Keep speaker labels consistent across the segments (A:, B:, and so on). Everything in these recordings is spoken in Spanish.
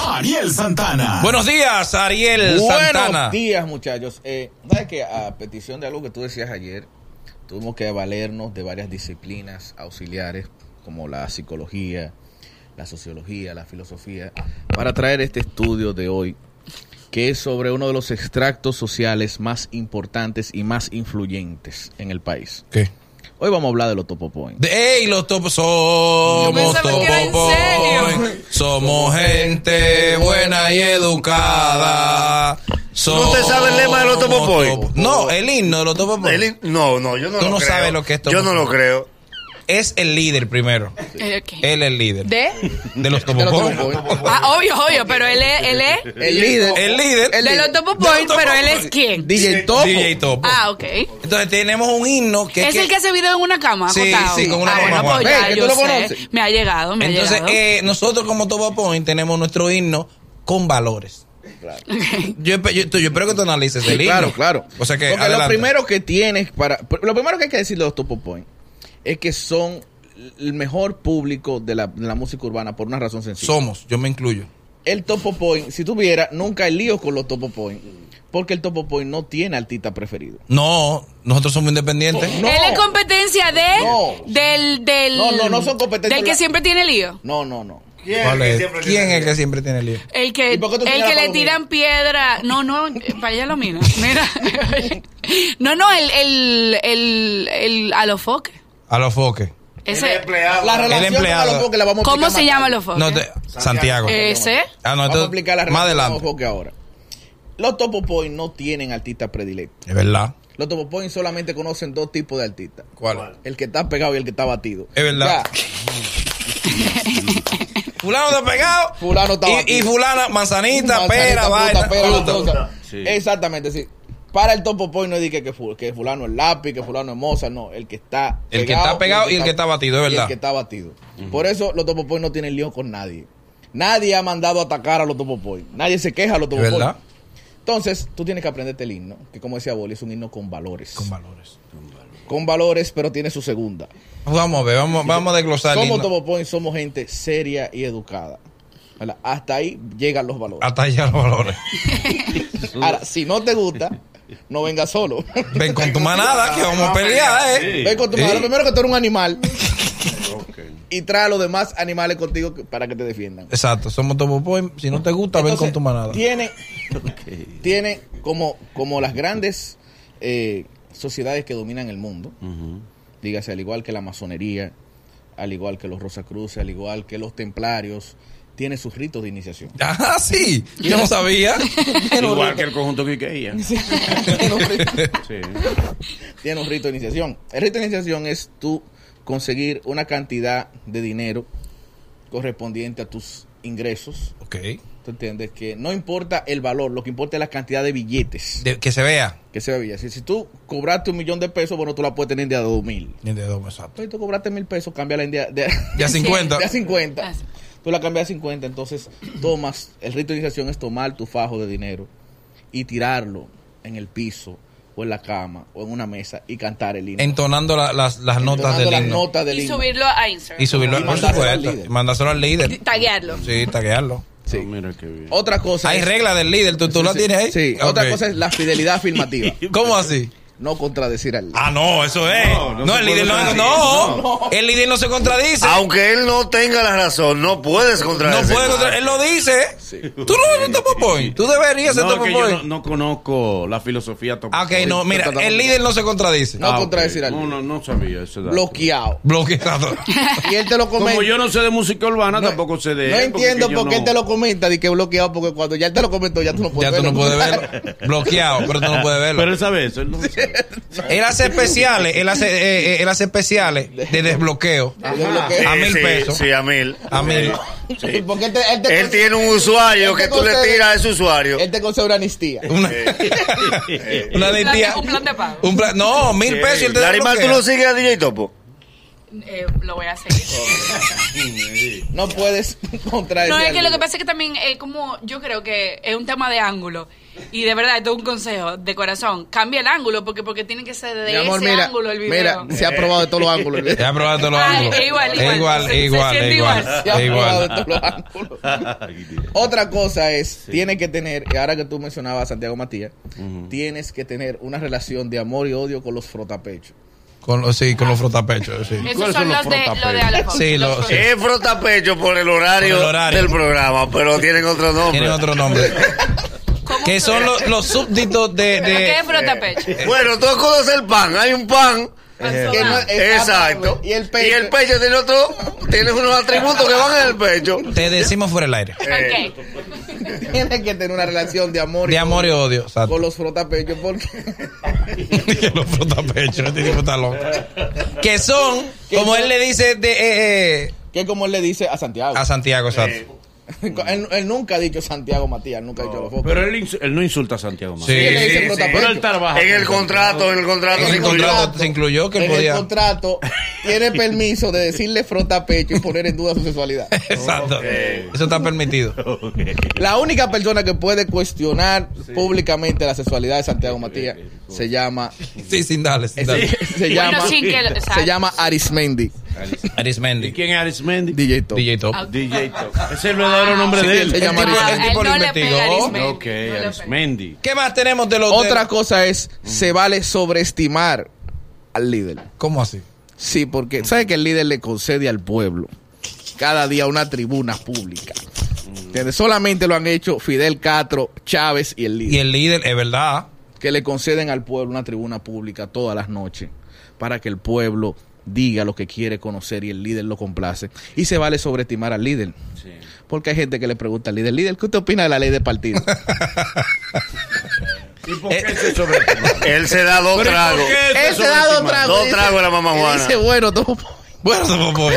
A: Ariel Santana.
B: Buenos días, Ariel Santana.
C: Buenos días, muchachos. Eh, ¿Sabes que A petición de algo que tú decías ayer, tuvimos que valernos de varias disciplinas auxiliares, como la psicología, la sociología, la filosofía, para traer este estudio de hoy, que es sobre uno de los extractos sociales más importantes y más influyentes en el país.
B: ¿Qué?
C: Hoy vamos a hablar de los topopoint.
B: De- ¡Ey, los top! Somos
D: pensaba que era en
B: topo
D: serio.
B: Somos gente buena y educada.
E: ¿No te sabe el lema de los
B: Somos
E: Topo Boy?
B: topo- No, el himno de los Topo Boy.
E: Eli- No, no, yo no
B: Tú
E: lo
B: no
E: creo.
B: sabes lo que es
E: Yo no lo creo.
B: Es el líder primero.
C: Este,
D: Eh, ok.
B: Él es el líder. De,
D: ¿De?
B: los Topo
C: De los
B: Boy.
C: Topo Boy.
D: Ah, obvio, obvio, pero él es, él es
C: El líder.
B: El líder.
C: El
D: de los Topo Point,
B: Topo
D: pero él
B: Boy.
D: es quién.
C: DJ Topo.
B: DJ Topo.
D: Ah, ok.
B: Entonces tenemos un himno que...
D: es el que hace video en una cama,
B: Sí,
D: acostado.
B: sí, con una
D: ah,
B: cama,
D: bueno, pues
C: Juan.
D: ya,
C: Ve, que
D: yo
C: tú lo
D: sé.
C: conoces.
D: Me ha llegado, me ha
B: Entonces,
D: llegado.
B: eh, nosotros como Topo Point tenemos nuestro himno con valores. Yo, espe- yo- tú- yo espero que tú analices el
C: Sí,
B: himno.
C: Claro, claro.
B: O sea que,
C: Porque lo
B: adelante.
C: primero que tienes para. Lo primero que hay que decir de los Topo Point es que son el mejor público de la, de la música urbana por una razón sencilla.
B: somos, yo me incluyo.
C: el Topo Point, si tuviera, nunca hay lío con los Topo Point. Porque el Topo Point no tiene artista preferido.
B: No, nosotros somos independientes.
C: No.
D: Él es competencia de.
C: No.
D: Del, del.
C: No, no, no son competencias.
D: Del que siempre tiene lío.
C: No, no, no.
E: ¿Quién,
B: ¿Cuál es?
E: siempre
B: ¿Quién
E: tiene
B: es el que siempre tiene lío?
D: El que,
C: ¿Y por qué tú
D: el
C: tiras
D: que
C: la
D: le
C: palomina?
D: tiran piedra. No, no, eh, para allá lo mira. Mira. No, no, el, el, el, el alofoque.
B: A los foques.
E: El
D: Ese,
E: empleado.
C: La relación con
B: empleado.
C: Alofoque la vamos a
D: ¿Cómo
C: explicar
D: se
C: más
D: llama
C: tarde.
D: alofoque?
B: No, te- Santiago.
D: Ese.
B: Ah, no,
C: Vamos a
B: entonces,
C: explicar la
B: más
C: relación con
B: adelante.
C: Alofoque ahora. Los Topo Point no tienen artista predilecto.
B: Es verdad.
C: Los Topo Point solamente conocen dos tipos de artistas.
B: ¿Cuál?
C: El que está pegado y el que está batido.
B: Es verdad.
C: O sea,
B: Fulano está pegado.
C: Fulano está
B: y,
C: batido.
B: y fulana, manzanita,
C: manzanita,
B: pera,
C: fruta,
B: vaina.
C: pera,
B: fruta.
C: fruta. Exactamente, sí. Para el topo point no es de que, que, fu- que fulano es lápiz, que fulano es moza, no. El que está
B: El que está pegado y el que está batido, es
C: y
B: verdad.
C: El que está batido. Por eso los topo point no tienen lío con nadie. Nadie ha mandado a atacar a los topo point. Nadie se queja a los topo
B: Es
C: point.
B: verdad.
C: Entonces, tú tienes que aprenderte el himno, que como decía Boli, es un himno con valores.
B: Con valores.
C: Con valores, pero tiene su segunda.
B: Vamos a ver, vamos, vamos a desglosar el
C: Somos
B: himno.
C: Topo Point, somos gente seria y educada. ¿Verdad? Hasta ahí llegan los valores.
B: Hasta allá los valores.
C: Ahora, si no te gusta, no vengas solo.
B: Ven con tu manada que vamos a pelear, ¿eh?
C: Ven con tu
B: Sí.
C: madre. Primero que tú eres un animal. Y trae a los demás animales contigo que- para que te defiendan.
B: Exacto, somos Topo Point. Si no te gusta, ven con
C: Entonces,
B: tu manada.
C: Tiene, tiene como, como las grandes eh, sociedades que dominan el mundo. Dígase, al igual que la masonería, al igual que los Rosacruces, al igual que los templarios, tiene sus ritos de iniciación.
B: Ah, sí. Yo no sabía.
F: Igual que el conjunto que Ikea. Sí.
C: tiene un rito de iniciación. El rito de iniciación es tú conseguir una cantidad de dinero correspondiente a tus ingresos.
B: ok.
C: ¿Tú entiendes? Que no importa el valor, lo que importa es la cantidad de billetes
B: De- que se vea.
C: que se bebía. Si, si tú cobraste un millón de pesos, bueno, tú la puedes tener de a dos mil.
B: Ni de dos, exacto.
C: Entonces tú cobraste mil pesos, cambia la de, de,
B: Ya 50.
C: de a 50.
D: Ah, sí.
C: Tú la cambias a 50, entonces tomas, el rito de iniciación es tomar tu fajo de dinero y tirarlo en el piso o en la cama o en una mesa y cantar el himno.
B: Entonando la- las, las notas
C: Entonando
B: del
C: las
B: himno.
C: notas del
D: Y
C: himno.
D: subirlo a Instagram.
B: Y subirlo,
C: Y
B: por
C: mandárselo al
B: supuesto.
C: líder.
B: Y mandárselo al líder.
D: Taguearlo.
B: Sí, taguearlo.
C: Sí. Oh,
F: Ah, mira qué bien.
C: Otra cosa.
B: Hay
C: es-
B: reglas del líder, tú, tú la
C: sí,
B: tienes ahí.
C: Sí,
B: Ok.
C: otra cosa es la fidelidad afirmativa.
B: ¿Cómo así?
C: No contradecir al
B: Ah, no, eso es. No,
F: No, no se
B: el líder no,
F: puede
B: no,
F: contradecir.
B: El líder no se contradice.
C: Ah,
E: Aunque él no tenga la razón, no puedes
B: no
E: contradecir.
B: puede contra- Él lo dice. Tú no eres un topo boy. Tú deberías ser
F: No, es
B: topo
F: que yo
B: boy.
F: no, no conozco la filosofía topo.
B: Ah, ok, no, mira,
C: Totalmente.
B: el líder no se contradice.
C: No.
F: Ah, ok.
C: contradecir al
F: No,
C: líder.
F: no, no sabía ese dato.
C: bloqueado.
B: Bloqueado.
C: Y él te lo comenta.
F: Como yo no sé de música urbana, tampoco sé de
C: No
F: él, porque
C: entiendo
F: que yo
C: por qué
F: no-
C: él te lo comenta de que bloqueado, porque cuando ya él te lo comentó, ya tú no puedes
B: ya tú no
C: verlo.
B: puedes verlo. Bloqueado, pero tú no puedes verlo.
F: Pero él sabe eso, él no lo sabe.
B: Él hace especiales, él hace, eh, eh, él hace especiales de desbloqueo
C: Yo bloqueo.
E: Sí,
B: a mil
E: sí,
B: pesos.
E: Sí, a mil.
B: a mil. Este
C: Sí, Porque él te, él te
E: Él tiene un usuario
C: Él te
E: que tú le
C: concede-
E: tiras a ese usuario.
C: él te concede una amnistía.
B: Una, una
D: Un plan de-
B: lentía.
D: un plan de pago.
B: Un plan- no, mil pesos y él te
E: Larimar, ¿tú
B: desbloquea.
E: lo sigues a DJ Topo?
D: Eh, lo voy a seguir.
C: No puedes contraer.
D: No, es que lo que pasa es que también es como, yo creo que es un tema de ángulo. Y de verdad, esto es un consejo de corazón. Cambia el ángulo, porque porque tiene que ser de
A: Mi amor,
D: ese
A: mira,
D: ángulo el video.
A: mira, se ha probado de todos los ángulos.
B: Te ha probado todos los
D: Ay,
B: ángulos.
D: Ah, es igual, igual.
B: igual,
D: Se- se
B: igual,
D: siente
B: igual.
C: Ya aprobado
B: igual.
C: de todos los ángulos. Otra cosa es, tienes que tener, y ahora que tú mencionabas a Santiago Matías, tienes que tener una relación de amor y odio con los frotapechos.
B: Con, los- sí, con los frotapechos, sí.
D: Esos son
F: ¿Cuáles son
D: los
F: los
D: de, lo de
F: frontapechos?
D: Alejandro.
B: Sí,
D: los
B: lo- sí.
D: frontapechos.
E: Es frotapecho por el horario,
B: Por el horario.
E: del programa, pero tienen otro nombre.
B: Tienen otro nombre.
D: ¿Cómo
B: que son los, los súbditos de...
D: ¿Pero qué es
B: de
D: frontapecho?
E: Eh, Bueno, tú conoces el pan. Hay un pan.
D: Panzonal.
E: este, que no- eh, exacto.
C: Y el pecho.
E: Y el pecho tiene otro. Tienes unos atributos que van en el pecho.
B: te decimos fuera el aire.
E: Eh,
D: Ok.
C: Tienes que tener una relación de amor y
B: De amor y odio. exacto.
C: con los frotapechos porque
B: que los frotapechos, este tipo está loco. Que son, como él le dice de, eh, eh,
C: que como él le dice a Santiago.
B: a Santiago, exacto.
C: él, él nunca ha dicho Santiago Matías, nunca ha dicho los focos.
F: Pero él, ins- él no insulta a Santiago Matías.
B: Sí,
C: él le dice
B: sí,
C: frotapecho.
F: Pero él trabaja.
E: en el
F: con-
E: contrato, en el contrato.
B: pues, En
E: se
B: el
E: incluyó.
B: contrato se incluyó que él
C: en el
B: podía.
C: contrato tiene permiso de decirle frotapecho y poner en duda su sexualidad.
B: Exacto. Eso está permitido.
C: La única persona que puede cuestionar públicamente la sexualidad de Santiago Matías se llama
B: Sí, sin darle, sin darle.
C: se
D: Bueno,
C: llama
D: sin que lo-
C: se llama Arismendi,
F: ¿Y Ah.
B: Arismendi,
F: quién es Arismendi?
C: DJ Top.
B: DJ Top.
F: DJ Top. Es el verdadero nombre
C: Sí,
F: de
C: él se
F: él.
C: llama
B: El tipo-
D: Ah,
B: el
C: Arismendi.
D: él
B: tipo lo
D: no le
B: investigó.
D: pega a Arismendi.
F: Ok,
D: No le
F: Arismendi.
B: ¿Qué más tenemos de los
C: Otra cosa es se vale sobreestimar al líder.
B: ¿Cómo así?
C: Sí, porque sabes que el líder le concede al pueblo cada día una tribuna pública. ¿Entiendes? Solamente lo han hecho Fidel Castro, Chávez y el líder.
B: Y el líder, es verdad.
C: que le conceden al pueblo una tribuna pública todas las noches para que el pueblo diga lo que quiere conocer y el líder lo complace. Y se vale sobreestimar al líder. Porque hay gente que le pregunta al líder, líder, ¿qué usted opina de la ley de partido?
F: ¿Y por
C: Eh,
F: qué se sobreestima?
E: Él se da dos tragos.
C: Él se da dos tragos.
E: Dos
C: dice-
E: tragos a la mamá
C: y
E: Juana.
C: Dice, bueno, todo
B: Bueno, Popoy.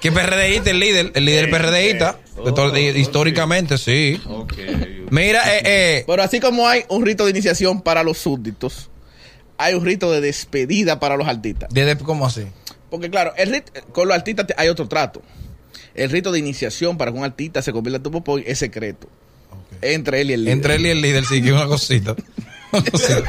B: que PRDista el líder, el líder PRDista, de to- de- históricamente, sí.
F: Ok.
B: Mira, eh, eh,
C: Pero así como hay un rito de iniciación para los súbditos, hay un rito de despedida para los artistas.
B: desde- ¿cómo así?
C: Porque claro, el rit- con los artistas te- hay otro trato. El rito de iniciación para que un artista se convierta en tu popoy es secreto. Entre él y el líder.
B: Entre él y el líder, sí, que una cosita. Una cosita,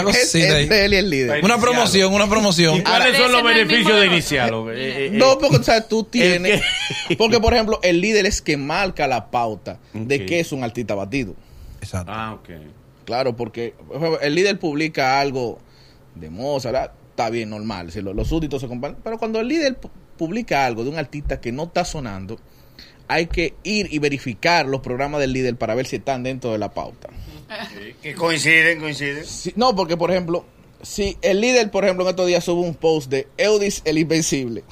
B: Una
C: Es-
B: cosita ahí.
C: entre él y el líder.
B: Una promoción, una promoción.
F: ¿Cuáles
D: Ahora,
F: son los
D: ese no es el
F: beneficios
D: mismo
F: de
D: no.
F: iniciarlo? Eh, eh,
C: No, porque o sea, tú tienes.
F: que-
C: Porque, por ejemplo, el líder es que marca la pauta de
F: Ok.
C: que es un artista batido.
B: Exacto.
F: Ah, ok.
C: Claro, porque por ejemplo, el líder publica algo de Mozart, ¿verdad? está bien, normal. si lo- los súbditos se comparan. Pero cuando el líder pu- publica algo de un artista que no está sonando, hay que ir y verificar los programas del líder para ver si están dentro de la pauta.
E: Que coinciden, coinciden.
C: Si- no, porque, por ejemplo, si el líder, por ejemplo, en estos días sube un post de Eudis el Invencible.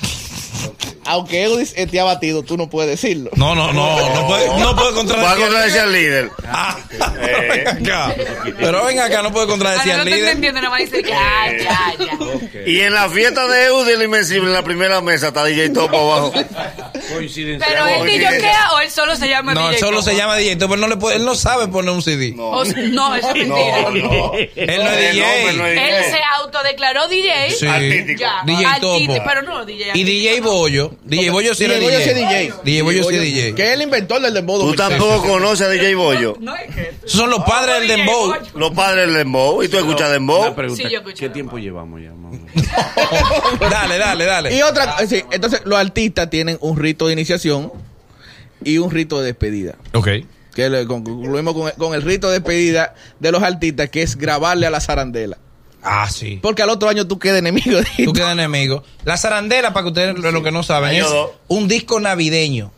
C: Aunque Eudis esté abatido, tú no puedes decirlo.
B: No, no, no, no puede, no puede
E: Va a
B: contradecir.
E: contradecir al líder.
B: Ah, pero ven acá. Pero ven acá, no puede contradecir
D: Ahora no
B: al
D: te estoy
B: líder.
D: entendiendo, nomás dice ya, ya, ya.
E: Y en la fiesta de Eudi el Invencible, en la primera mesa, está DJ Topo abajo.
F: Coincidencia.
D: Pero él ni yoquea o él solo se llama
B: No, él
D: DJ
B: solo
D: Coco?
B: se llama DJ, pero no le puede, él no sabe poner un CD.
D: O s- no, eso es mentira.
E: No, no.
B: Él no es
E: El hombre no
B: DJ.
E: es
D: Él
E: DJ.
D: se autodeclaró DJ.
B: Sí.
E: Artístico.
D: Ya.
B: DJ
D: Al
B: Topo.
D: Tite, Pero no, DJ.
B: Y DJ Bollo. DJ Bollo sí era
C: DJ Boyo sí es
B: DJ. DJ Bollo sí es DJ.
C: Que es el inventor del dembow.
E: Tú
C: dominicano.
E: tampoco conoces a DJ Bollo.
D: No es que.
B: Esos son los padres del
D: DJ
B: dembow.
D: Bollo.
E: Los padres del Dembow. ¿Y tú escuchas
F: Una
E: Dembow?
F: pregunta.
D: Sí, yo escuché
F: ¿Qué
D: la
F: tiempo llevamos ya? mamá?
B: Dale, dale,
C: Y
B: dale.
C: otra, eh, sí, entonces los artistas tienen un rito de iniciación y un rito de despedida.
B: Ok.
C: Que lo concluimos con, con el rito de despedida de los artistas, que es grabarle a la zarandela.
B: Ah, sí.
C: Porque al otro año tú quedas enemigo. de-
B: Tú quedas enemigo. La zarandela, para que ustedes lo que no saben,
E: Año
B: es
E: dos.
B: un disco navideño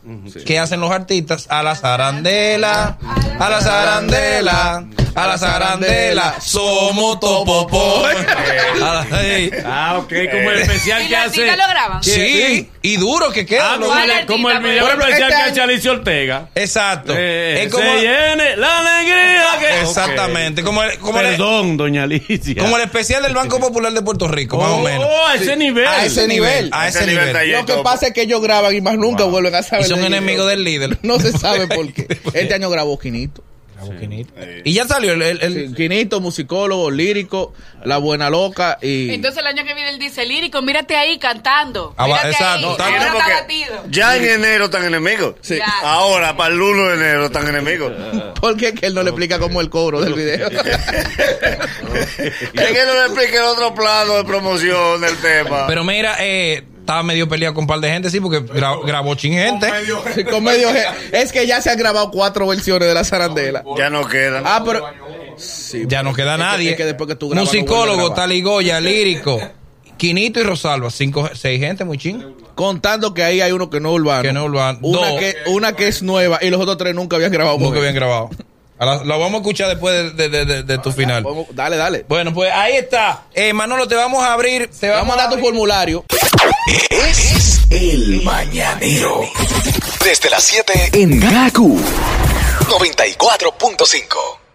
B: que hacen los artistas a la zarandela, a la zarandela, a la zarandela, somos topopó. A la- sí.
F: Ah, ok. Como el especial
D: ¿Y
F: que
D: la
F: hace.
D: tita lo graban?
B: Sí, y duro que queda.
F: Ah,
B: lo-
F: como
D: ¿Cuál
F: el- como el
D: artista, pues?
F: video
D: por
C: ejemplo,
F: especial que
C: este
F: hace
C: año?
F: Alicia Ortega.
B: Exacto.
F: Eh,
B: es como,
F: se llene la alegría que...
B: exactamente. Como el,
F: Ok.
B: como, el,
F: Perdón, doña Alicia.
B: como el especial del Banco Popular de Puerto Rico, más o menos.
F: Oh, a ese nivel.
C: A ese nivel.
B: A ese
E: Ese nivel está
B: nivel.
E: ahí.
C: Lo que pasa es que ellos graban y más nunca vuelven a
B: Y
C: saber.
B: son
C: de ellos.
B: enemigos del líder.
C: No se sabe por qué. Este año grabó Quinito.
B: La buquinita. Y ya salió el. el- el-
C: Quinito, musicólogo, lírico, la buena loca y.
D: Entonces el año que viene él dice, lírico, mírate ahí cantando.
B: Ah, va,
D: Mírate
B: exacto,
D: ahí.
B: está-
D: Ahora
E: Tiene
D: está
E: porque ah,
D: batido.
E: Ya en enero están enemigos.
D: Ya.
E: Ahora, para el 1 de enero están enemigos.
C: porque que él no le explica cómo el cobro del video.
E: Es que no le explique el otro plano de promoción del tema.
B: Pero mira, eh, estaba medio peleado con un par de gente, sí, porque gra- grabó chingente.
C: Sí, con medio je- es que ya se han grabado cuatro versiones de la zarandela.
E: ya no quedan.
C: Ah, pero.
B: Ya no queda
C: Es que-
B: nadie.
C: es que después que tú grabas, no vuelves a
B: Musicólogo,
C: grabar.
B: Taligoya, lírico, Quinito y Rosalba. Cinco, seis gente, muy ching.
C: Contando que ahí hay uno que no es urbano.
B: Que no es urbano.
C: Una,
B: Dos.
C: que, una que es nueva y los otros tres nunca habían grabado.
B: Muy
C: con
B: bien
C: él.
B: grabado. A la- lo vamos a escuchar después de, de- de- de tu final.
C: Vamos- Dale, dale.
B: Bueno, pues ahí está. Eh, Manolo, te vamos a abrir. Te
C: Vamos a dar tu
B: abrir-
C: formulario.
G: Es el mañanero. Desde las 7 en Gaku 94.5.